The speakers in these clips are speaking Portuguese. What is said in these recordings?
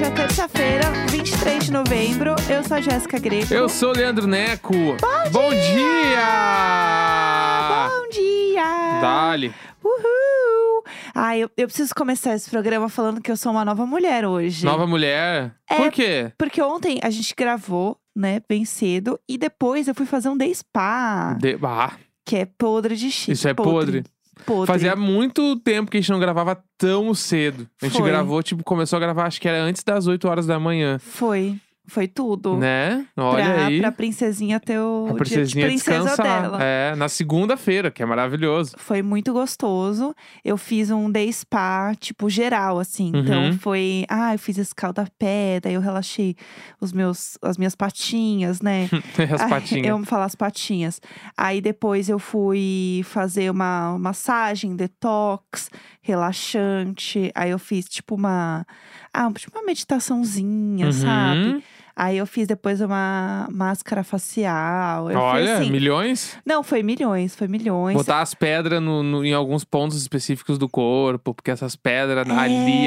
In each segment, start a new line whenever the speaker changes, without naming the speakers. um é terça-feira, 23 de novembro. Eu sou a Jéssica Greco.
Eu sou o Leandro Neco. Bom, dia!
Bom dia!
Dali.
Uhul! Ai, eu, eu preciso começar esse programa falando que eu sou uma nova mulher hoje.
Nova mulher.
É.
Por quê?
Porque ontem a gente gravou, né, bem cedo. E depois eu fui fazer um day spa.
De- Ah,
Que é podre de chique.
Isso é podre.
Podre.
fazia muito tempo que a gente não gravava tão cedo. A gente
Foi.
gravou, tipo, começou a gravar, acho que era antes das 8 horas da manhã.
Foi. Foi tudo.
Né? Olha
Pra,
aí.
pra princesinha ter o
A
dia
princesinha
de princesa
descansar.
dela.
É, na segunda-feira, que é maravilhoso.
Foi muito gostoso. Eu fiz um day spa, tipo, geral, assim. Então
Uhum.
foi. Ah, eu fiz escalda-pé, daí eu relaxei os meus, as minhas patinhas, né?
As patinhas.
Eu amo falar as patinhas. Aí depois eu fui fazer uma massagem, detox, relaxante. Aí eu fiz, tipo, uma. Ah, tipo, uma meditaçãozinha,
Uhum.
sabe? Aí eu fiz depois uma máscara facial. Eu fui
Olha, tá
assim.
milhões.
Não, foi milhões, foi milhões.
Botar as pedras no- no- em alguns pontos específicos do corpo, porque essas pedras ali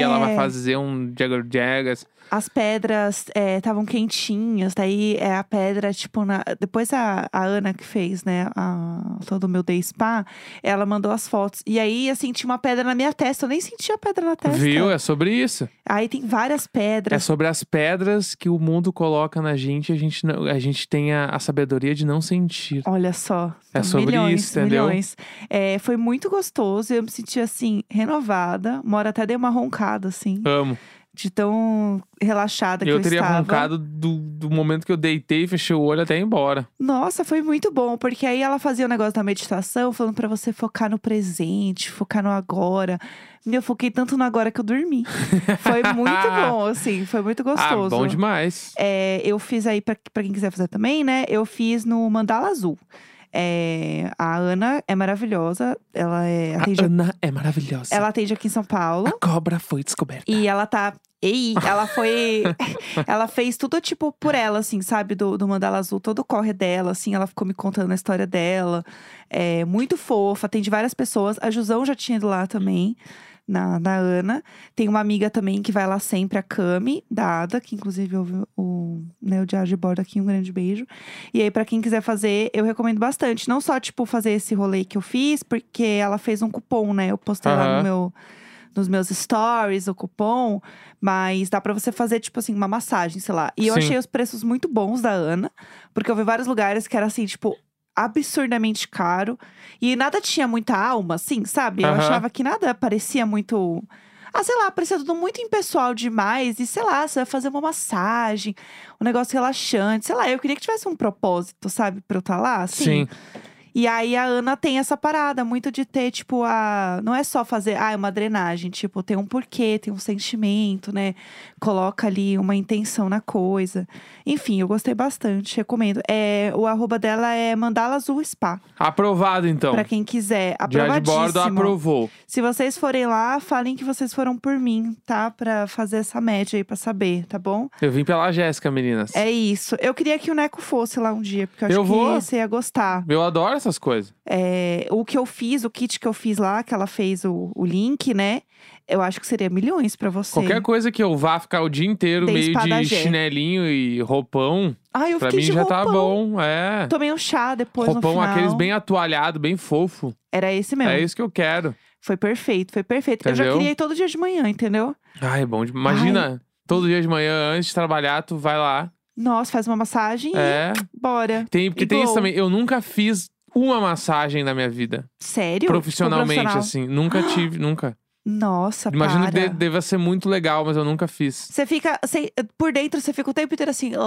É.
ela vai fazer um Jagger Jaggers.
as pedras estavam quentinhas, daí é, a pedra, tipo, na- depois a, a Ana que fez, né, a- todo o meu day spa, ela mandou as fotos. E aí, assim, tinha uma pedra na minha testa, eu nem sentia a pedra na testa.
Viu? É sobre isso.
Aí tem várias
É
pedras.
sobre as pedras que o mundo coloca na gente e a gente, não- a gente tem a, a sabedoria de não sentir.
Olha só.
É sobre
milhões,
isso, entendeu?
Milhões. É, foi muito gostoso, eu me senti, assim, renovada. Uma hora até dei uma roncada, assim,
Amo.
de tão relaxada que eu,
eu teria
estava.
roncado do, do momento que eu deitei, fechei o olho até ir embora.
Nossa, foi muito bom, porque aí ela fazia o negócio da meditação, falando pra você focar no presente, focar no agora. Meu, Eu foquei tanto no agora que eu dormi. Foi muito bom, assim, foi muito
Ah,
gostoso.
bom demais.
É, eu fiz aí, pra, pra quem quiser fazer também, né? Eu fiz no Mandala Azul. É, a Ana é maravilhosa, ela é,
A
atende,
Ana é maravilhosa.
ela atende aqui em São Paulo.
A cobra foi descoberta.
E ela tá. Ei, ela foi. ela fez tudo, tipo, por ela, assim, sabe? Do, do Mandala Azul, todo o corre dela, assim. Ela ficou me contando a história dela. É muito fofa, atende várias pessoas. A Jusão já tinha ido lá também, na, na Ana. Tem uma amiga também que vai lá sempre, a Cami, da Ada, que inclusive ouve o, né, o Diário de Bordo aqui. Um grande beijo. E aí, pra quem quiser fazer, eu recomendo bastante. Não só, tipo, fazer esse rolê que eu fiz, porque ela fez um cupom, né? Eu postei lá no
Aham.
meu nos meus stories, o cupom, mas dá pra você fazer, tipo assim, uma massagem, sei lá. E eu
Sim.
achei os preços muito bons da Ana, porque eu vi vários lugares que era assim, tipo, absurdamente caro. E nada tinha muita alma, assim, sabe? Eu
Aham.
achava que nada parecia muito. Ah, sei lá, parecia tudo muito impessoal demais. E sei lá, você vai fazer uma massagem, um negócio relaxante. Sei lá, eu queria que tivesse um propósito, sabe? Pra eu estar lá, assim. E aí a Ana tem essa parada muito de ter, tipo, a. Não é só fazer, ah, é uma drenagem, tipo, tem um porquê, tem um sentimento, né? Coloca ali uma intenção na coisa. Enfim, eu gostei bastante, recomendo. É, o arroba dela é Mandala Azul Spa.
Aprovado, então.
pra quem quiser.
Diário de bordo
Aprovadíssimo.
aprovou.
Se vocês forem lá, falem que vocês foram por mim, tá? Pra fazer essa média aí, pra saber, tá bom?
Eu vim pela Jéssica, meninas.
É isso. Eu queria que o Neco fosse lá um dia, porque eu acho
Eu
que
vou.
você ia gostar.
Eu adoro essas coisas.
É, o que eu fiz, o kit que eu fiz lá, que ela fez o, o link, né? Eu acho que seria milhões pra você.
Qualquer coisa que eu vá ficar o dia inteiro
Tem
meio
espada
de
Jé.
chinelinho e roupão,
Ah, eu
pra
fiquei
mim
de
já
roupão.
tá bom. É.
Tomei um chá depois
roupão,
no final.
aqueles bem atualhado, bem fofo.
Era esse mesmo.
É isso que eu quero.
Foi perfeito, foi perfeito. Eu já
Entendeu?
queria ir todo dia de manhã, entendeu?
Ai, bom. de- Imagina, todo dia de manhã, antes de trabalhar, tu vai lá.
Nossa, faz uma massagem
É.
e bora.
Tem, porque
E
tem
gol.
isso também. Eu nunca fiz uma massagem na minha vida.
Sério? Tipo,
profissionalmente,
profissional.
assim. Nunca tive, nunca.
Nossa,
Imagino que
para.
de- deva ser muito legal, mas eu nunca fiz.
Você fica, você- por dentro você fica o tempo inteiro assim, ó,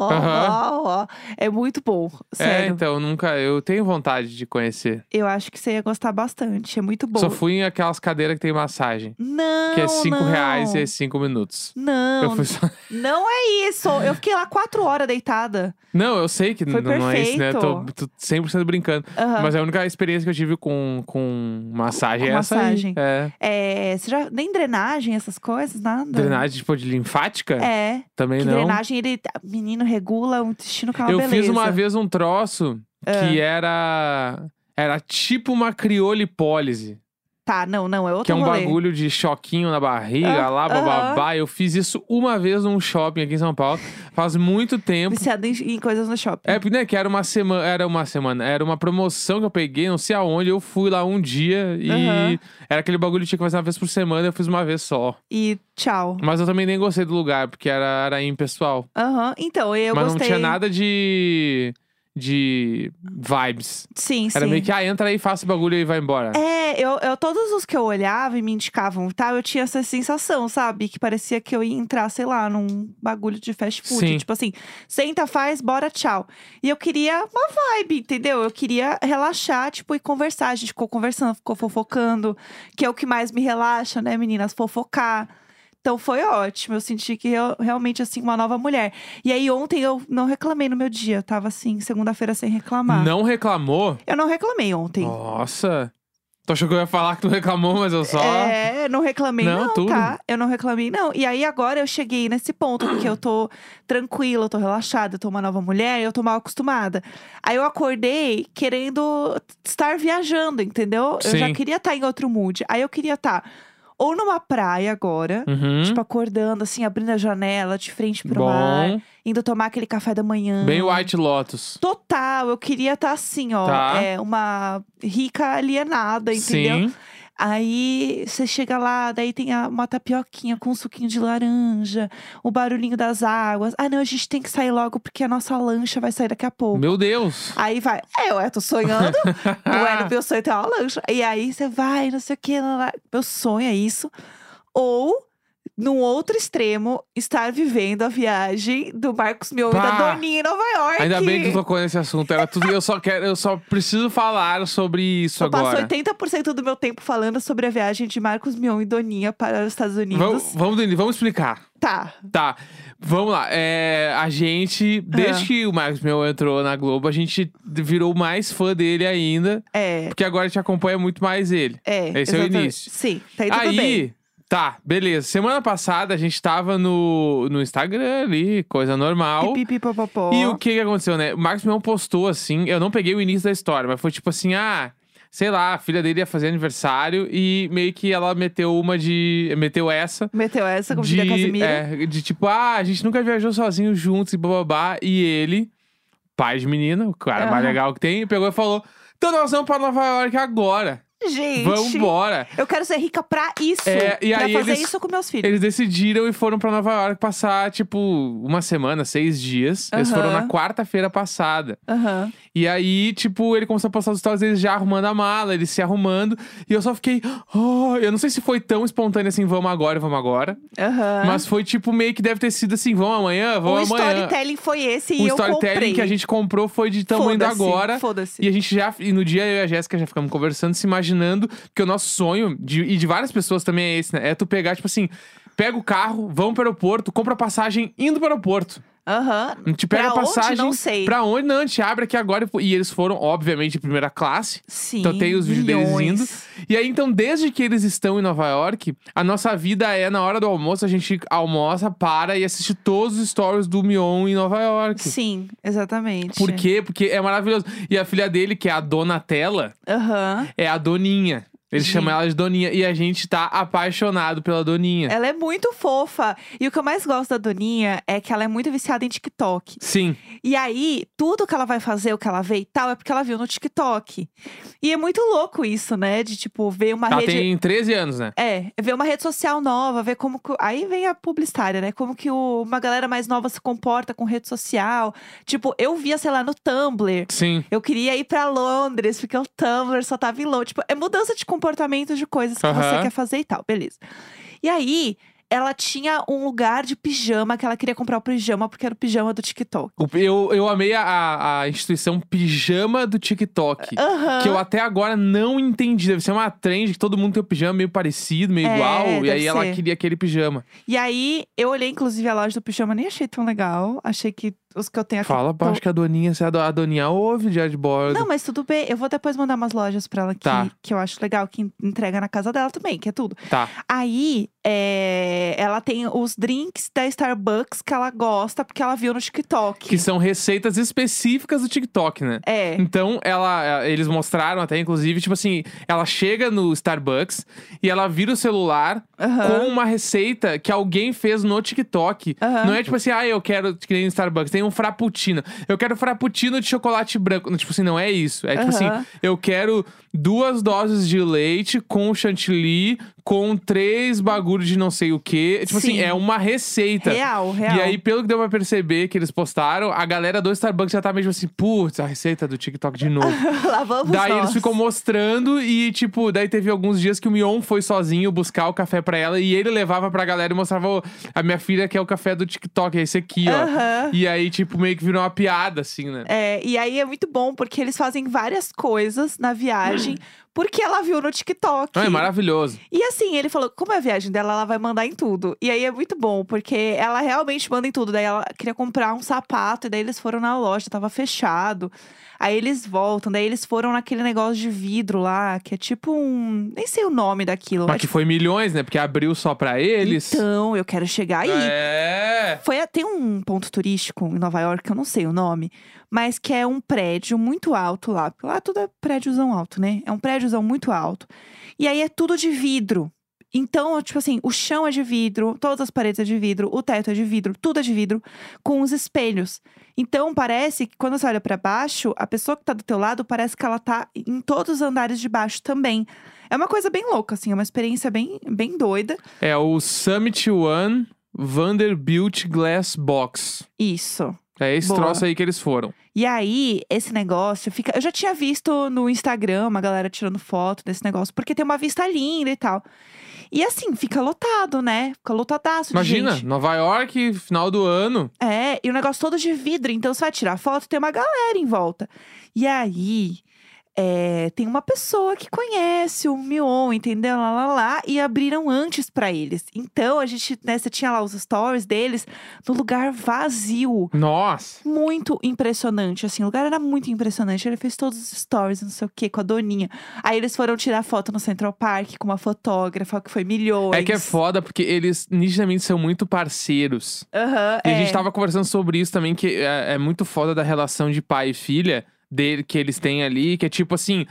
ó,
Aham.
ó, ó. É muito bom,
É,
sério.
então, eu nunca. Eu tenho vontade de conhecer.
Eu acho que você ia gostar bastante, é muito bom.
Só fui em aquelas cadeiras que tem massagem.
Não,
Que é 5
não.
reais e é 5 minutos.
Não,
Eu fui só...
não é isso. Eu fiquei lá quatro horas deitada.
Não, eu sei que
Foi
n- não é isso, né? Tô,
perfeito.
tô 100% brincando.
Aham.
Mas a única experiência que eu tive com, com massagem
Com
é essa aí.
massagem.
É.
É, você já, nem drenagem, essas coisas, nada.
Drenagem, tipo, de linfática?
É,
Também
que
não.
drenagem, ele, menino, regula o intestino com uma
eu
beleza. Ah,
fiz uma vez um troço que era. Era tipo uma criolipólise.
Tá, não, não, é outro
Que é um
rolê.
bagulho de choquinho na barriga,
Ah,
lá, bababá. Eu fiz isso uma vez num shopping aqui em São Paulo, faz muito tempo.
Viciado em, em coisas no shopping.
É, né, que era uma semana, era uma semana, era uma promoção que eu peguei, não sei aonde, eu fui lá um dia e
Aham.
era aquele bagulho que tinha que fazer uma vez por semana, eu fiz uma vez só.
E tchau.
Mas eu também nem gostei do lugar, porque era, era impessoal.
Aham, então, eu
Mas
gostei.
não tinha nada de. de vibes.
Sim,
Era
sim.
meio que, ah, entra aí, faça o bagulho e vai embora.
É, eu, eu- todos os que eu olhava e me indicavam e tal, eu tinha essa sensação, sabe? Que parecia que eu ia entrar, sei lá, num bagulho de fast food.
Sim.
Tipo assim, senta, faz, bora, tchau. E eu queria uma vibe, entendeu? Eu queria relaxar, tipo, e conversar. A gente ficou conversando, ficou fofocando, que é o que mais me relaxa, né, meninas? Fofocar. Então foi ótimo, eu senti que eu realmente, assim, uma nova mulher. E aí ontem eu não reclamei no meu dia, eu tava assim, segunda-feira sem reclamar.
Não reclamou?
Eu não reclamei ontem.
Nossa. Tu achou que eu ia falar que tu reclamou, mas eu só.
É, não reclamei,
Não,
não,
tudo.
tá? Eu não reclamei, não. E aí agora eu cheguei nesse ponto, porque eu tô tranquila, eu tô relaxada, eu tô uma nova mulher, eu tô mal acostumada. Aí eu acordei querendo estar viajando, entendeu? Eu já
Sim.
queria estar em outro mood. Aí eu queria estar ou numa praia agora.
Uhum.
Tipo, acordando, assim, abrindo a janela, de frente pro mar,
Bom.
indo tomar aquele café da manhã.
Bem White Lotus.
Total, eu queria estar assim, ó.
Tá.
É, uma rica alienada, entendeu?
Sim.
Aí você chega lá, daí tem a- uma tapioquinha com um suquinho de laranja, o barulhinho das águas. Ah, não, a gente tem que sair logo porque a nossa lancha vai sair daqui a pouco.
Meu Deus.
Aí vai, é, ué, tô sonhando. ué, no meu sonho tem uma lancha. E aí você vai, não sei o que, meu sonho é isso. Ou, num outro extremo, estar vivendo a viagem do Marcos Mion e da
Pá!
Doninha em Nova York.
Ainda bem que tu tocou nesse assunto. Era tudo. Eu só quero, eu só preciso falar sobre isso
Eu passo
agora.
80% do meu tempo falando sobre a viagem de Marcos Mion e Doninha para os Estados Unidos.
Vamos, vamos, Dani, vamos explicar.
Tá.
Tá, vamos lá. É, a gente,
Ah.
desde que o Marcos Mion entrou na Globo, a gente virou mais fã dele ainda,
É,
porque agora a gente acompanha muito mais ele.
é.
Esse é o
exatamente.
início.
Sim, tá aí tudo bem.
tá, beleza. Semana passada a gente tava no, no Instagram ali, coisa normal.
Pipipipopopó.
E o que, que aconteceu, né? O Marcos Mion postou assim, eu não peguei o início da história, mas foi tipo assim, ah, sei lá, a filha dele ia fazer aniversário e meio que ela meteu uma de. meteu essa.
Meteu essa, como diria
De,
Casimiro.
é, de tipo, ah, a gente nunca viajou sozinho juntos e bababá. E ele, pai de menina, o cara mais
Aham.
legal que tem, pegou e falou: Então nós vamos pra Nova York agora.
Gente,
Vamos embora.
eu quero ser rica pra isso.
É, e
pra
aí
fazer
eles-
isso com meus filhos.
Eles decidiram e foram pra Nova York passar, tipo, uma semana, seis dias. Eles
Aham.
foram na quarta-feira passada.
Aham.
E aí, tipo, ele começou a postar os stories deles já arrumando a mala, eles se arrumando. E eu só fiquei. "Oh", eu não sei se foi tão espontâneo assim, vamos agora, vamos agora.
Aham.
Mas foi tipo, meio que deve ter sido assim, vamos amanhã,
O
vamos amanhã.
storytelling foi esse
o
e eu
storytelling
comprei.
que a gente comprou foi de tamanho do
Foda-se,
agora.
Foda-se.
E a gente já, e no dia eu e a Jéssica já ficamos conversando, se imaginando, porque o nosso sonho, de- e de várias pessoas também é esse, né? É tu pegar, tipo assim, pega o carro, vamos pro aeroporto, compra passagem indo pro aeroporto.
Aham.
A gente
Pra
pega a
onde?
passagem.
Não sei.
Pra onde? Não, a gente abre aqui agora. e- E eles foram, obviamente, de primeira classe.
Sim.
Então tem os vídeos deles
bilhões.
E aí, então, desde que eles estão em Nova York, a nossa vida é, na hora do almoço, a gente almoça, para e assiste todos os stories do Mion em Nova York.
Sim, exatamente.
Por quê? Porque é maravilhoso. E a filha dele, que é a Donatella,
Aham.
é a Doninha. Eles
Gente.
chamam ela de Doninha. E a gente tá apaixonado pela Doninha.
Ela é muito fofa. E o que eu mais gosto da Doninha é que ela é muito viciada em TikTok.
Sim.
E aí, tudo que ela vai fazer, o que ela vê e tal, é porque ela viu no TikTok. E é muito louco isso, né? De tipo, ver uma
Ela
rede.
tem 13 anos, né?
É, ver uma rede social nova, ver como que. Aí vem a publicitária, né? Como que o- uma galera mais nova se comporta com rede social. Tipo, eu via, sei lá, no Tumblr.
Sim.
Eu queria ir pra Londres, porque o Tumblr só tava em Londres. Tipo, é mudança de comportamento de coisas que você
Aham.
quer fazer e tal, beleza. E aí, ela tinha um lugar de pijama que ela queria comprar o pijama, porque era o pijama do TikTok.
O- Eu, eu amei a- a, a instituição Pijama do TikTok.
Aham.
Que eu até agora não entendi. Deve ser uma trend que todo mundo tem o pijama meio parecido, meio
É,
igual. E
deve
aí ela
ser.
queria aquele pijama.
E aí, eu olhei, inclusive, a loja do pijama, nem achei tão legal. Achei que os É que eu tenho aqui.
Fala, pô,
tão-
acho que a Doninha, se a do- a Doninha ouve de Adbordo.
Não, mas tudo bem. Eu vou depois mandar umas lojas pra ela que,
Tá.
que eu acho legal, que entrega na casa dela também, que é tudo.
Tá.
Aí, É, ela tem os drinks da Starbucks que ela gosta porque ela viu no TikTok.
Que são receitas específicas do TikTok, né?
É.
Então, ela, eles mostraram até, inclusive, tipo assim, ela chega no Starbucks e ela vira o celular
Aham.
com uma receita que alguém fez no TikTok.
Aham.
Não é tipo assim, ah, eu quero, que nem no Starbucks, tem um frappuccino. Eu quero frappuccino de chocolate branco. Não, Tipo assim, não é isso. É tipo assim,
Aham.
eu quero duas doses de leite com chantilly, com três bagulhos de não sei o quê. Tipo
Sim.
assim, é uma receita.
Real, real.
E aí, pelo que deu pra perceber que eles postaram, a galera do Starbucks já tá meio assim, putz, a receita do TikTok de novo.
Lá vamos
daí
nós.
eles ficam mostrando e, tipo, daí teve alguns dias que o Mion foi sozinho buscar o café pra ela e ele levava pra galera e mostrava, "Ô, a minha filha quer o café do TikTok, é esse aqui, ó.
Aham.
E aí, tipo, meio que virou uma piada, assim, né?
É, e aí é muito bom porque eles fazem várias coisas na viagem porque ela viu no TikTok.
Não, é maravilhoso.
E assim, ele falou, como é a viagem dela, ela vai mandar em tudo. E aí é muito bom, porque ela realmente manda em tudo. Daí ela queria comprar um sapato, e daí eles foram na loja, tava fechado. Aí eles voltam, daí eles foram naquele negócio de vidro lá, que é tipo um. Nem sei o nome daquilo.
Mas
é
que
tipo,
foi milhões, né? Porque abriu só pra eles.
Então, eu quero chegar aí.
É.
Foi a- tem um ponto turístico em Nova York, que eu não sei o nome, mas que é um prédio muito alto lá. Porque lá tudo é prédiozão alto, né? É um prédiozão muito alto. E aí é tudo de vidro. Então, tipo assim, o chão é de vidro, todas as paredes é de vidro, o teto é de vidro, tudo é de vidro, com os espelhos. Então, parece que quando você olha pra baixo, a pessoa que tá do teu lado parece que ela tá em todos os andares de baixo também. É uma coisa bem louca, assim, é uma experiência bem, bem doida.
É o Summit One Vanderbilt Glass Box.
Isso.
É esse
Boa.
troço aí que eles foram.
E aí, esse negócio fica. Eu já tinha visto no Instagram uma galera tirando foto desse negócio, porque tem uma vista linda e tal. E assim, fica lotado, né? Fica lotadaço. de
Imagina,
gente.
Nova York, final do ano.
É, e o negócio todo de vidro, então você vai tirar foto, tem uma galera em volta. E aí, é, tem uma pessoa que conhece o Mion, entendeu? Lá, lá, lá, e abriram antes pra eles. Então a gente, né, você tinha lá os stories deles no lugar vazio
Nossa.
muito impressionante, assim, o lugar era muito impressionante. Ele fez todos os stories, não sei o quê, com a doninha. Aí eles foram tirar foto no Central Park com uma fotógrafa que foi milhões.
É que é foda porque eles nitidamente são muito parceiros.
Aham,
E
é.
a gente tá- tava conversando sobre isso também, que é, é muito foda da relação de pai e filha dele que eles têm ali, que é tipo assim.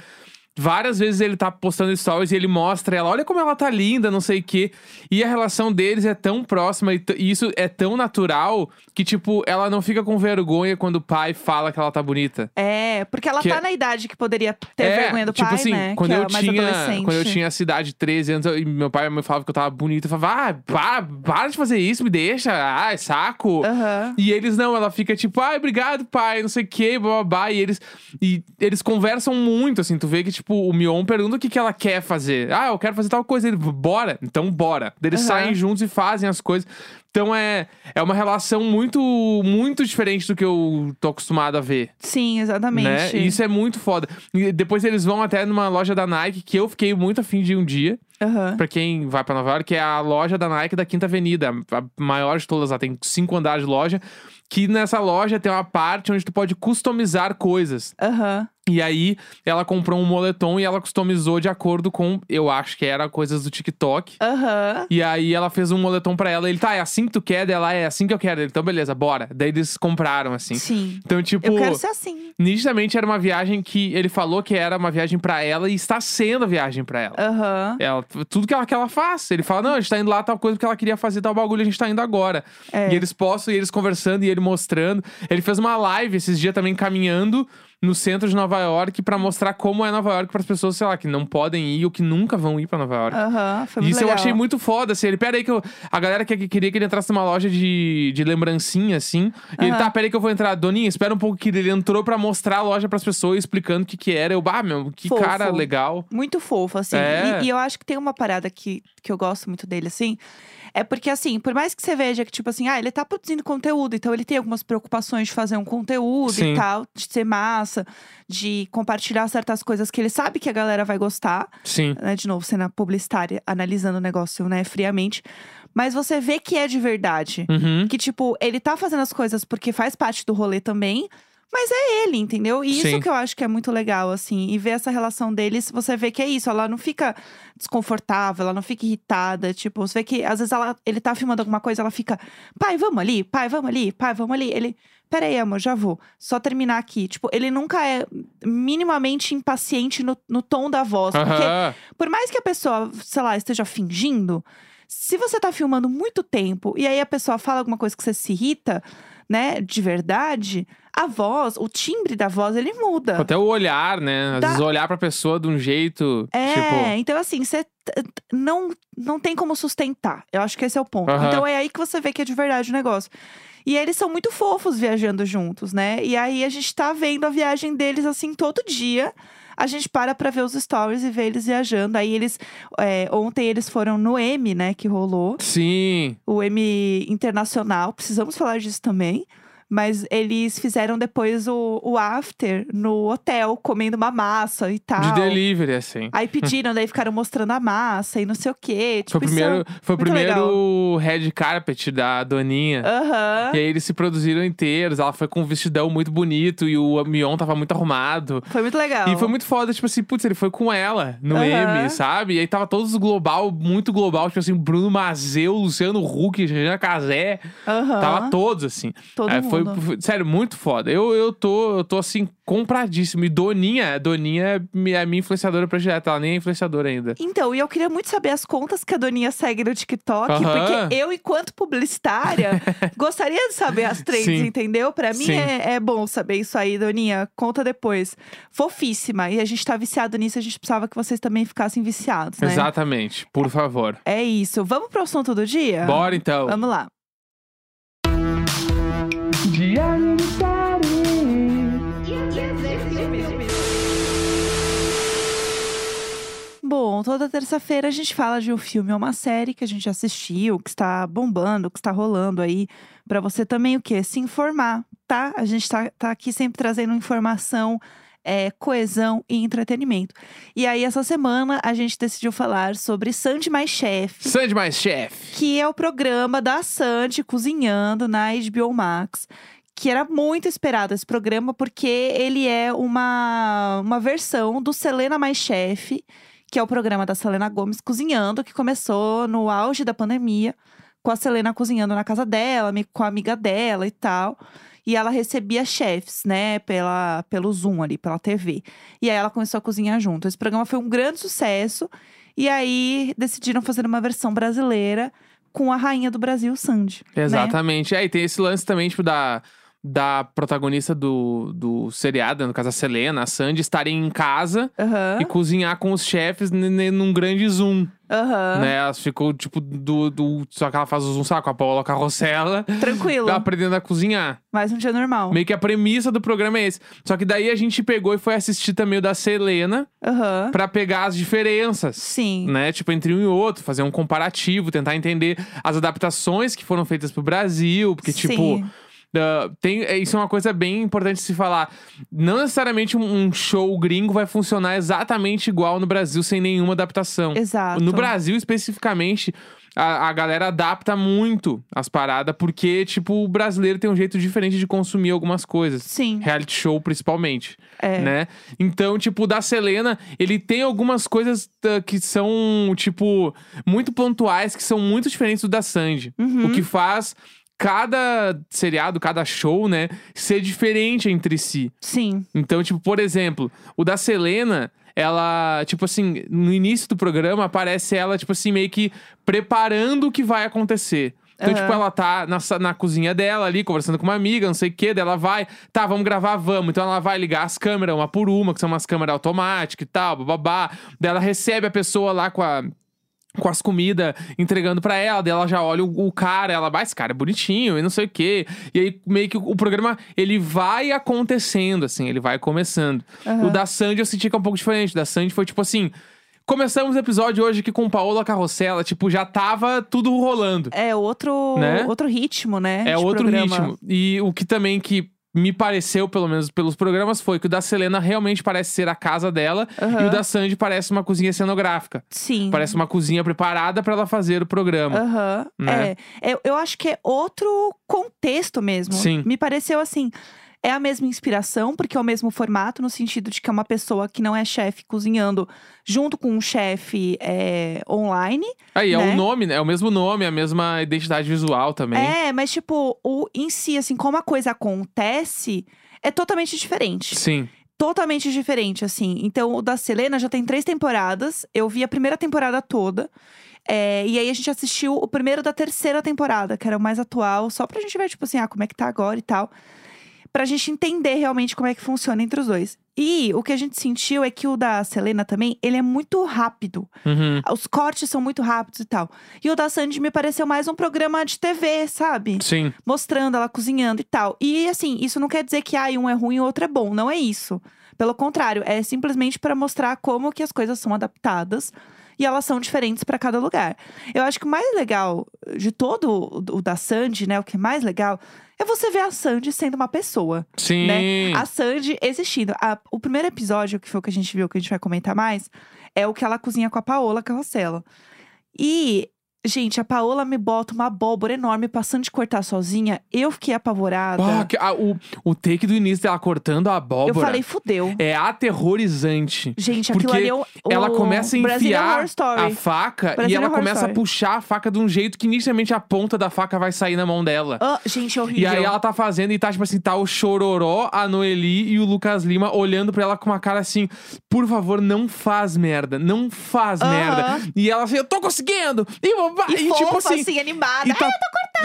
Várias vezes ele tá postando stories e ele mostra ela, olha como ela tá linda, não sei o quê. E a relação deles é tão próxima e, t- e isso é tão natural que, tipo, ela não fica com vergonha quando o pai fala que ela tá bonita.
É, porque ela
Que-
tá na idade que poderia ter
é,
vergonha do
tipo
pai,
assim,
né?
quando
que
eu
é mais
tinha,
adolescente.
quando eu tinha a cidade 13 anos, eu- e meu pai me falava que eu tava bonita, eu falava: "Ah, para, para de fazer isso, me deixa. Ah, é saco".
Aham.
E eles não, ela fica tipo, ai, obrigado, pai, não sei o que, babá. E eles, e eles conversam muito, assim, tu vê que, tipo, o Mion pergunta o que, que ela quer fazer. Ah, eu quero fazer tal coisa. Ele, bora, então bora. Daí Eles
Aham.
saem juntos e fazem as coisas. Então é, é uma relação muito, muito diferente do que eu tô acostumado a ver.
Sim, exatamente.
Né? E Isso é muito foda. E depois eles vão até numa loja da Nike, que eu fiquei muito afim de ir um dia.
Aham.
Pra quem vai pra Nova York, que é a loja da Nike da Quinta Avenida, a maior de todas lá, tem cinco andares de loja. Que nessa loja tem uma parte onde tu pode customizar coisas.
Aham.
E aí, ela comprou um moletom e ela customizou de acordo com, eu acho que era coisas do TikTok.
Aham.
E aí, ela fez um moletom pra ela. Ele tá, é assim que tu quer, dela é assim que eu quero. Ele, então, beleza, bora. Daí eles compraram, assim.
Sim.
Então, tipo.
Eu quero ser assim.
Nitidamente era uma viagem que ele falou que era uma viagem pra ela e está sendo a viagem pra ela.
Aham.
Ela, tudo que ela, que ela faz. Ele fala, não, a gente tá indo lá tal coisa porque ela queria fazer tal bagulho, a gente tá indo agora.
É.
E eles postam, e eles conversando, e ele mostrando. Ele fez uma live esses dias também caminhando no centro de Nova York pra mostrar como é Nova York pras pessoas, sei lá, que não podem ir ou que nunca vão ir pra Nova York.
Aham. Ah, Foi muito
Isso eu
legal.
achei muito foda, assim. Ele, pera aí que eu. A galera que que queria que ele entrasse numa loja de, de lembrancinha, assim. E ele,
Aham.
tá, pera aí que eu vou entrar. Doninha, espera um pouco que ele entrou pra mostrar a loja pras pessoas, explicando o que que era. Eu, bah, meu, que
Fofo.
cara legal.
Muito fofo, assim.
É.
E, e eu acho que tem uma parada que, que eu gosto muito dele, assim. É porque, assim, por mais que você veja que, tipo assim, ah, ele tá produzindo conteúdo, então ele tem algumas preocupações de fazer um conteúdo
Sim.
e tal, de ser massa, de compartilhar certas coisas que ele sabe que a galera vai gostar,
Sim.
né? De novo, sendo a publicitária, analisando o negócio, né, friamente. Mas você vê que é de verdade.
Uhum.
Que, tipo, ele tá fazendo as coisas porque faz parte do rolê também. Mas é ele, entendeu? E
Sim.
isso que eu acho que é muito legal, assim. E ver essa relação deles, você vê que é isso. Ela não fica desconfortável, ela não fica irritada. Tipo, você vê que às vezes ela, ele tá filmando alguma coisa, ela fica... Pai, vamos ali? Pai, vamos ali? Pai, vamos ali? Ele... Peraí, amor, já vou. Só terminar aqui. Tipo, ele nunca é minimamente impaciente no, no tom da voz. Porque
Aham.
por mais que a pessoa, sei lá, esteja fingindo, se você tá filmando muito tempo e aí a pessoa fala alguma coisa que você se irrita, né, de verdade, a voz, o timbre da voz, ele muda.
Até o olhar, né? Às
Dá-
vezes olhar pra pessoa de um jeito.
É,
Tipo.
então assim, você t- t- não, não tem como sustentar. Eu acho que esse é o ponto.
Aham.
Então é aí que você vê que é de verdade o negócio. E eles são muito fofos viajando juntos, né? E aí a gente tá vendo a viagem deles assim todo dia. A gente para pra ver os stories e ver eles viajando. Aí eles. é, ontem eles foram no M, né? Que rolou.
Sim.
O M Internacional. Precisamos falar disso também. Mas eles fizeram depois o, o after no hotel, comendo uma massa e tal.
De delivery, assim.
Aí pediram, daí ficaram mostrando a massa e não sei o quê. Tipo,
foi o primeiro,
isso-
foi o
muito
primeiro red carpet da Doninha.
é um- Aham.
E aí eles se produziram inteiros. Ela foi com um vestidão muito bonito e o Mion tava muito arrumado.
Foi muito legal.
E foi muito foda, tipo assim, putz, ele foi com ela no
Aham.
M, sabe? E aí tava todos global, muito global, tipo assim, Bruno Mazeu, Luciano Huck, Regina Casé,
Aham.
tava todos assim.
Todo
É, foi,
mundo.
foi- sério, muito foda. Eu, eu, tô, eu tô assim, compradíssimo. E Doninha, Doninha é mi- é a minha influenciadora predileta, ela nem é influenciadora ainda.
Então, e eu queria muito saber as contas que a Doninha segue no TikTok,
Aham.
porque eu, enquanto publicitária, gostaria de saber as trends,
Sim.
entendeu? Pra mim
Sim.
é, é bom saber isso aí, Doninha. Conta depois. Fofíssima. E a gente tá viciado nisso, a gente precisava que vocês também ficassem viciados, né?
Exatamente, por favor.
É isso. Vamos pro assunto do dia?
Bora então.
Vamos lá. Bom, toda terça-feira a gente fala de um filme ou uma série que a gente assistiu, que está bombando, que está rolando aí, para você também o quê? Se informar, tá? A gente tá, tá aqui sempre trazendo informação, é, coesão e entretenimento. E aí, essa semana, a gente decidiu falar sobre Sandy Mais Chef,
Sandy mais chefe.
que é o programa da Sandy cozinhando na HBO Max. Que era muito esperado esse programa, porque ele é uma, uma versão do Selena Mais Chefe, que é o programa da Selena Gomes cozinhando, que começou no auge da pandemia, com a Selena cozinhando na casa dela, mi- com a amiga dela e tal. E ela recebia chefes, né, pela, pelo Zoom ali, pela TV. E aí ela começou a cozinhar junto. Esse programa foi um grande sucesso. E aí decidiram fazer uma versão brasileira com a rainha do Brasil, Sandy. né?
Exatamente. É, e tem esse lance também, tipo, da, da protagonista do, do seriado, no caso a Selena, a Sandy, estarem em casa
Aham.
e cozinhar com os chefes n- n- num grande zoom,
Aham.
né? Elas ficou, tipo, do, do... Só que ela faz o zoom, sabe? Com a Paola Carrossela,
Tá
tá
Tranquilo.
aprendendo a cozinhar.
Mais um dia normal.
Meio que a premissa do programa é esse. Só que daí a gente pegou e foi assistir também o da Selena
Aham.
pra pegar as diferenças.
Sim.
né? Tipo, entre um e outro, fazer um comparativo, tentar entender as adaptações que foram feitas pro Brasil, porque, tipo.
Sim.
ah, tem, é, isso é uma coisa bem importante de se falar. Não necessariamente um, um show gringo vai funcionar exatamente igual no Brasil, sem nenhuma adaptação.
Exato.
No Brasil, especificamente, a, a galera adapta muito as paradas, porque, tipo, o brasileiro tem um jeito diferente de consumir algumas coisas.
Sim.
Reality show, principalmente
É.
né? Então, tipo, o da Selena, ele tem algumas coisas ah, que são, tipo, muito pontuais, que são muito diferentes do da Sandy.
Uhum.
O que faz cada seriado, cada show, né, ser diferente entre si.
Sim.
Então, tipo, por exemplo, o da Selena, ela, tipo assim, no início do programa aparece ela, tipo assim, meio que preparando o que vai acontecer. Então,
Aham.
tipo, ela tá na, sa- na cozinha dela ali, conversando com uma amiga, não sei o quê. Daí ela vai, tá, vamos gravar, vamos. Então ela vai ligar as câmeras uma por uma, que são umas câmeras automáticas e tal, bababá. Daí ela recebe a pessoa lá com a. Com as comidas entregando pra ela, daí ela já olha o, o cara, ela, vai, esse cara é bonitinho e não sei o quê. E aí, meio que o, o programa, ele vai acontecendo, assim, ele vai começando.
Aham.
O da Sandy eu senti que é um pouco diferente. O da Sandy foi tipo assim: começamos o episódio hoje aqui com Paola Carrossela, tipo, já tava tudo rolando.
É outro,
Né?
outro ritmo, né?
É
de
outro
programa.
ritmo. E o que também que me pareceu, pelo menos pelos programas, foi que o da Selena realmente parece ser a casa dela
Aham.
e o da Sandy parece uma cozinha cenográfica.
Sim.
Parece uma cozinha preparada pra ela fazer o programa.
Aham.
né?
É. Eu, eu acho que é outro é contexto mesmo.
Sim.
Me pareceu assim. É a mesma inspiração, porque é o mesmo formato, no sentido de que é uma pessoa que não é chefe cozinhando junto com um chefe é, online.
Aí é
né?
o nome, né? É o mesmo nome, a mesma identidade visual também.
É, mas tipo, o em si, assim, como a coisa acontece, é totalmente diferente.
Sim.
Totalmente diferente, assim. Então, o da Selena já tem três temporadas. Eu vi a primeira temporada toda. É, e aí a gente assistiu o primeiro da terceira temporada, que era o mais atual, só pra gente ver, tipo assim, ah, como é que tá agora e tal. Pra gente entender realmente como é que funciona entre os dois. E o que a gente sentiu é que o da Selena também, ele é muito rápido.
Uhum.
Os cortes são muito rápidos e tal. E o da Sandy me pareceu mais um programa de TV, sabe?
Sim.
mostrando ela cozinhando e tal. E assim, isso não quer dizer que ah, um é ruim e o outro é bom, não é isso. Pelo contrário, é simplesmente para mostrar como que as coisas são adaptadas e elas são diferentes para cada lugar. Eu acho que o mais legal de todo o- o da Sandy, né, o que é mais legal é você ver a Sandy sendo uma pessoa.
Sim.
Né? A Sandy existindo. A- o primeiro episódio, que foi o que a gente viu, que a gente vai comentar mais, é o que ela cozinha com a Paola Carrossela. E, gente, a Paola me bota uma abóbora enorme passando de cortar sozinha. Eu fiquei apavorada.
Pá, que- ah, o, o take do início dela cortando a
eu
abóbora
falei, fudeu.
é aterrorizante.
Gente,
Porque
aquilo ali é o, o
Ela começa a
Brazilian
enfiar
Horror Story.
a faca e
Brazilian
ela
Horror
começa a
Story.
puxar a faca de um jeito que inicialmente a ponta da faca vai sair na mão dela.
Ah, gente, é horrível.
E aí ela tá fazendo e tá, tipo assim, tá o Chororó, a Noeli e o Lucas Lima olhando pra ela com uma cara assim, por favor, não faz merda, não faz
Aham.
merda. E ela assim, eu tô conseguindo! E, vovó-
E,
e
fofa,
tipo assim,
assim, animada.
e tá,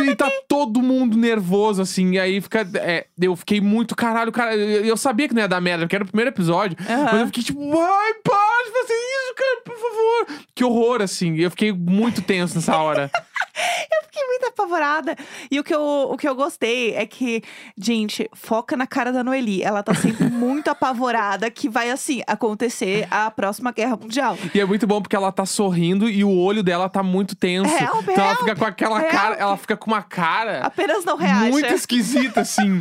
e tá todo mundo nervoso, assim. E aí fica. é, eu fiquei muito caralho, cara. Eu, eu sabia que não ia dar merda, porque era o primeiro episódio.
Aham.
Mas eu fiquei tipo, ai, para de fazer isso, cara, por favor. Que horror, assim. Eu fiquei muito tenso nessa hora.
fiquei muito apavorada. E o que, eu, o que eu gostei é que, gente, foca na cara da Noeli. Ela tá sempre muito apavorada que vai, assim, acontecer a próxima guerra mundial.
e é muito bom porque ela tá sorrindo e o olho dela tá muito tenso.
Help,
então ela
help,
fica com aquela
help.
cara. Ela fica com uma cara.
Apenas não reaja.
Muito esquisita, assim.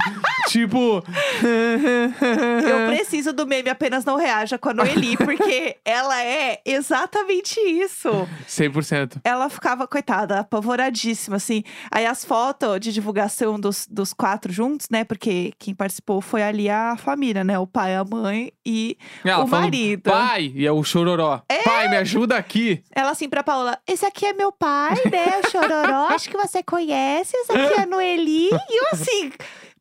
tipo.
Eu preciso do meme Apenas Não Reaja com a Noeli, porque ela é exatamente isso.
100%.
Ela ficava, coitada, apavoradíssima, assim. Aí as fotos de divulgação dos, dos quatro juntos, né? Porque quem participou foi ali a família, né? O pai, a mãe e
Ela
o
falando,
marido.
Pai! E é o chororó. Pai, me ajuda aqui!
Ela assim pra Paola, esse aqui é meu pai, né? O Chororó, acho que você conhece, esse aqui é a Noeli. E eu assim,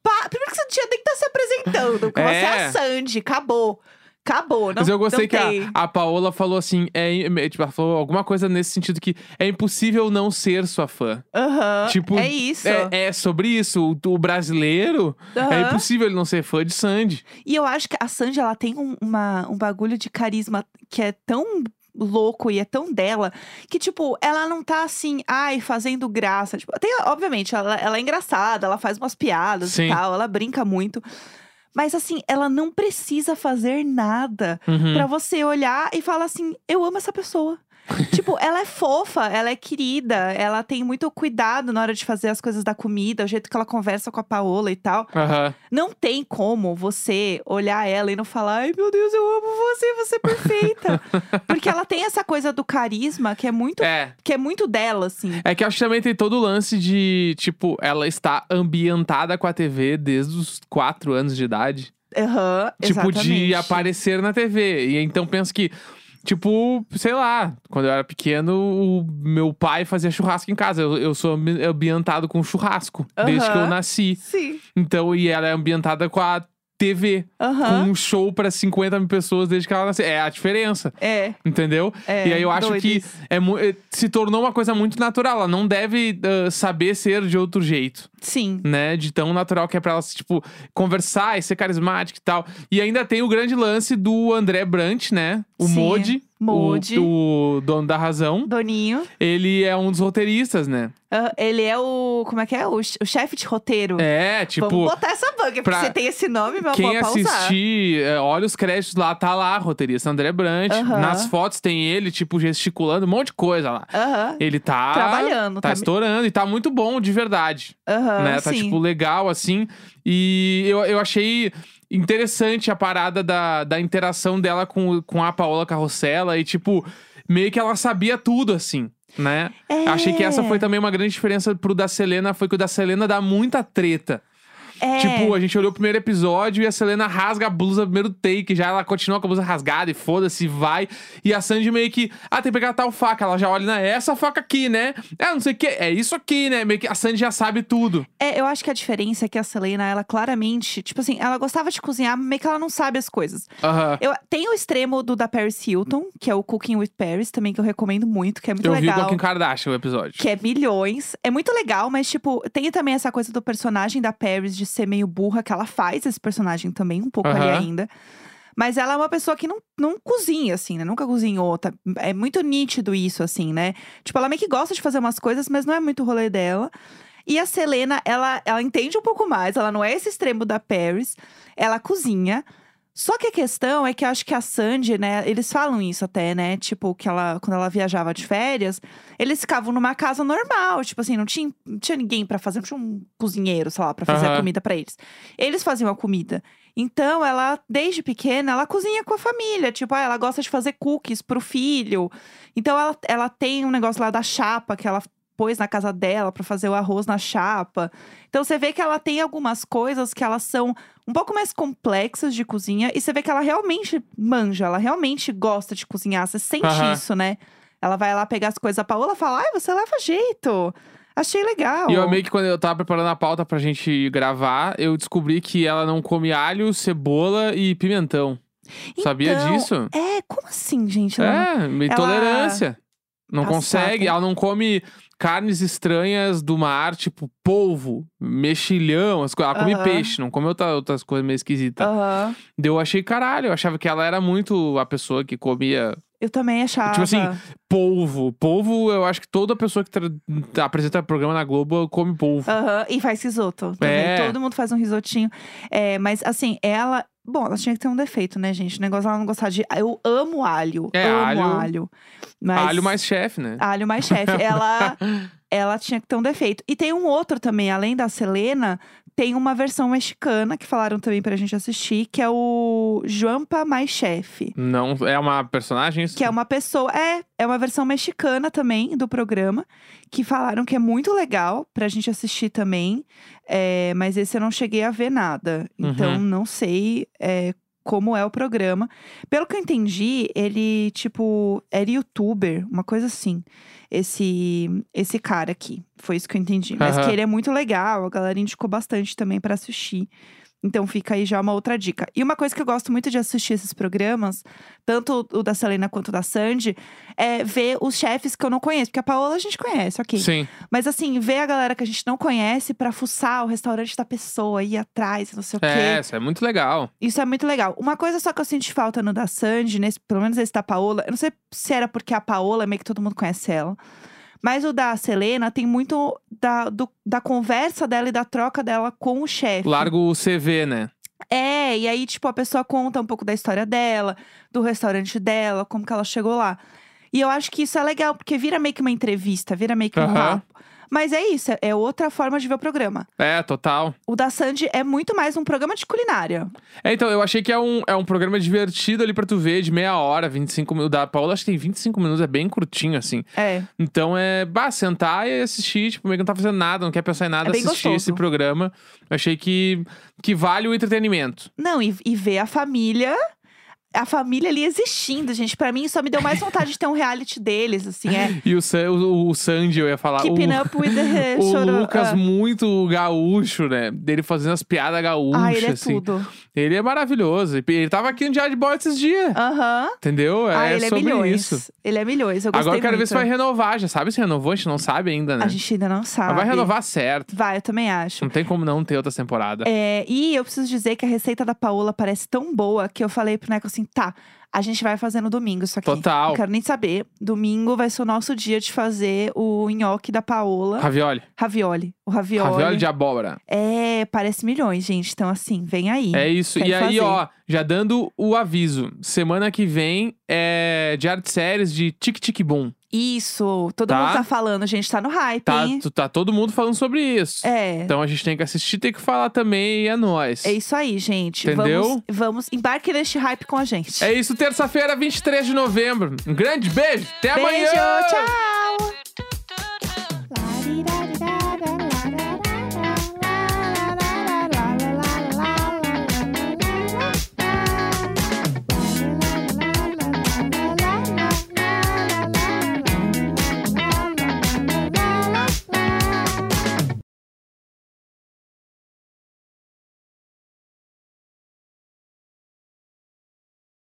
pá, primeiro que você não tinha nem que estar se apresentando, porque você é
É.
a Sandy, acabou. Acabou, não
Mas eu gostei
não
que a,
tem.
a Paola falou assim, é, é, tipo, ela falou alguma coisa nesse sentido que é impossível não ser sua fã.
Aham,
tipo,
é isso.
É, é sobre isso, o, o brasileiro, é
Aham.
impossível ele não ser fã de Sandy.
E eu acho que a Sandy, ela tem um, uma- um bagulho de carisma que é tão louco e é tão dela que, tipo, ela não tá assim, ai, fazendo graça. Tipo, tem, obviamente, ela, ela é engraçada, ela faz umas piadas
Sim.
e tal, ela brinca muito. Mas assim, ela não precisa fazer nada
Uhum.
pra você olhar e falar assim: eu amo essa pessoa. tipo, ela é fofa, ela é querida, ela tem muito cuidado na hora de fazer as coisas da comida, o jeito que ela conversa com a Paola e tal.
Aham.
Não tem como você olhar ela e não falar, ai meu Deus, eu amo você, você é perfeita. Porque ela tem essa coisa do carisma que é muito,
É.
que é muito dela, assim.
É que eu acho que também tem todo o lance de, tipo, ela está ambientada com a TV desde os 4 anos de idade.
Aham,
Tipo,
exatamente.
de aparecer na TV. E então penso que, tipo, sei lá, quando eu era pequeno, o meu pai fazia churrasco em casa. Eu, eu sou ambi- ambientado com churrasco desde que eu
Aham.
nasci.
Sim,
Então, e ela é ambientada com a TV,
aham,
com um show pra 50 mil pessoas desde que ela nasceu. É a diferença,
é,
entendeu?
é.
e aí eu acho
doido
que
isso.
é, mu- eh, se tornou uma coisa muito natural. Ela não deve ah, saber ser de outro jeito
Sim,
né? De tão natural que é pra ela, tipo, conversar e ser carismática e tal. E ainda tem o grande lance do André Brant, né? O
Sim,
Modi.
Modi.
O, o dono da razão.
Doninho.
Ele é um dos roteiristas, né?
ah, ele é o. Como é que é? O, che- o chefe de roteiro.
É, tipo.
Vamos botar essa banca,
pra-
porque você tem esse nome, meu
Quem
amor, pra usar.
assistir, é, olha os créditos lá, tá lá, roteirista André Brant.
Aham.
Nas fotos tem ele, tipo, gesticulando, um monte de coisa lá.
Aham,
Ele tá.
Trabalhando,
tá
tá-
estourando e tá muito bom, de verdade.
aham,
né? Tá,
Ah, sim.
tipo, legal, assim. E eu, eu achei interessante a parada da, da interação dela com, com a Paola Carrossela. E, tipo, meio que ela sabia tudo, assim, né?
É.
Achei que essa foi também uma grande diferença pro da Selena. Foi que o da Selena dá muita treta.
É.
Tipo, a gente olhou o primeiro episódio e a Selena rasga a blusa no primeiro take. Já ela continua com a blusa rasgada e foda-se, vai. E a Sandy meio que, ah, tem que pegar tal faca. Ela já olha, né? Essa faca aqui, né? É, não sei o que, é isso aqui, né? Meio que a Sandy já sabe tudo.
É, eu acho que a diferença é que a Selena, ela claramente, tipo assim, ela gostava de cozinhar, mas meio que ela não sabe as coisas.
Aham.
Eu, tem o extremo do da Paris Hilton, que é o Cooking with Paris, também que eu recomendo muito, que é muito
Eu vi
legal.
com Kim Kardashian o episódio.
Que é milhões. É muito legal, mas, tipo, tem também essa coisa do personagem da Paris de ser meio burra, que ela faz esse personagem também, um pouco ali
Aham.
ainda. Mas ela é uma pessoa que não, não cozinha, assim, né? Nunca cozinhou. tá- É muito nítido isso, assim, né? Tipo, ela meio que gosta de fazer umas coisas, mas não é muito o rolê dela. E a Selena, ela, ela entende um pouco mais, ela não é esse extremo da Paris, ela cozinha. Só que a questão é que eu acho que a Sandy, né, eles falam isso até, né? Tipo, que ela, quando ela viajava de férias, eles ficavam numa casa normal, tipo assim, não tinha, não tinha ninguém pra fazer, não tinha um cozinheiro, sei lá, pra fazer a
Aham.
comida pra eles. Eles faziam a comida. Então, ela, desde pequena, ela cozinha com a família. Tipo, ah, ela gosta de fazer cookies pro filho. Então, ela, ela tem um negócio lá da chapa que ela pôs na casa dela pra fazer o arroz na chapa. Então você vê que ela tem algumas coisas que elas são um pouco mais complexas de cozinha e você vê que ela realmente manja, ela realmente gosta de cozinhar, você sente
Aham.
isso, né? Ela vai lá pegar as coisas, a Paola fala: "Ai, você leva jeito". Achei legal.
E eu amei que quando eu tava preparando a pauta pra gente gravar, eu descobri que ela não come alho, cebola e pimentão. Sabia
Então,
disso?
É, como assim, gente? Ela não-
É,
ela-
meio intolerância. Não
Passada.
consegue, ela não come carnes estranhas do mar, tipo polvo, mexilhão, as coisas. Ela come
Aham. Ah.
peixe, não come outra- outras coisas meio esquisitas.
Aham.
Daí Eu achei caralho, eu achava que ela era muito a pessoa que comia
Eu também achava.
assim, polvo. Polvo, eu acho que toda pessoa que tra- apresenta programa na Globo come polvo.
Aham, e faz risoto. também.
É.
Todo mundo faz um risotinho. É, mas assim, ela. Bom, ela tinha que ter um defeito, né, gente? O negócio ela não gostar de. Eu amo alho.
É,
amo
alho-
Mas... Ah.
Alho mais chefe, né?
Alho mais chefe. Ela, ela tinha que ter um defeito. E tem um outro também, além da Selena, tem uma versão mexicana que falaram também pra gente assistir, que é o Juampa mais chefe.
Não, é uma personagem isso?
Que é uma pessoa. É, é uma versão mexicana também do programa. Que falaram que é muito legal pra gente assistir também. é, mas esse eu não cheguei a ver nada. Então
Uhum.
não sei é, como é o programa. Pelo que eu entendi, ele, tipo, era youtuber, uma coisa assim. Esse, esse cara aqui. Foi isso que eu entendi. Mas
Aham.
que ele é muito legal, a galera indicou bastante também pra assistir. Então fica aí já uma outra dica. E uma coisa que eu gosto muito de assistir esses programas tanto o da Selena quanto o da Sandy, é ver os chefes que eu não conheço. Porque a Paola a gente conhece, ok.
Sim.
Mas assim, ver a galera que a gente não conhece pra fuçar o restaurante da pessoa, ir atrás, não sei o
É,
quê.
isso é muito legal.
Isso é muito legal. Uma coisa só que eu senti falta no da Sandy, nesse, pelo menos esse da Paola, eu não sei se era porque a Paola, meio que todo mundo conhece ela. Mas o da Selena tem muito da, do- da conversa dela e da troca dela com o chefe.
Largo o CV, né?
É, e aí, tipo, a pessoa conta um pouco da história dela, do restaurante dela, como que ela chegou lá. E eu acho que isso é legal, porque vira meio que uma entrevista, vira meio que um
Aham.
papo. Mas é isso, é- é outra forma de ver o programa.
É, total.
O da Sandy é muito mais um programa de culinária.
É, então, eu achei que é um, é um programa divertido ali pra tu ver, de meia hora, 25 minutos. Da Paola, acho que tem 25 minutos, é bem curtinho, assim.
É.
Então é, bah, sentar e assistir, tipo, meio que não tá fazendo nada, não quer pensar em nada,
É bem
assistir
gostoso.
esse programa. Eu achei que, que vale o entretenimento.
Não, e, e ver a família. A família ali existindo, gente. Pra mim, só me deu mais vontade de ter um reality deles, assim. É.
E o, San- o, o Sandy, eu ia falar.
Keeping
o...
up with the
O
choro-
Lucas,
ah.
muito gaúcho, né? Dele fazendo as piadas gaúchas,
Ah, ele é
assim.
tudo.
Ele é maravilhoso. E Ele tava aqui no Diário de Bola esses dias.
Aham.
Entendeu?
Ah,
é
ele é
sobre
milhões.
isso.
Ele é milhões. Eu gostei
Agora eu quero ver
muito.
se vai renovar. Já sabe se renovou? A gente não sabe ainda, né?
A gente ainda não sabe.
Mas vai renovar certo.
Vai, eu também acho.
Não tem como não ter outra temporada.
É, e eu preciso dizer que a receita da Paola parece tão boa que eu falei pro Neco assim: tá, a gente vai fazer no domingo isso aqui.
Total.
Não quero nem saber. Domingo vai ser o nosso dia de fazer o nhoque da Paola.
Ravioli.
Ravioli. O ravioli.
Ravioli de abóbora.
É, parece milhões, gente. Então, assim, vem aí.
É isso.
quero
E aí,
fazer.
ó, já dando o aviso. Semana que vem é Diário de Séries de Tic Tic Boom.
Isso. Todo
Tá.
mundo tá falando, gente. Tá no hype,
Tá,
hein?
tu- tá todo mundo falando sobre isso.
É.
Então a gente tem que assistir, tem que falar também e é nóis.
É isso aí, gente.
Entendeu?
Vamos, vamos embarque neste hype com a gente.
É isso, terça-feira, 23 de novembro. Um grande beijo, até
Beijo,
amanhã!
tchau!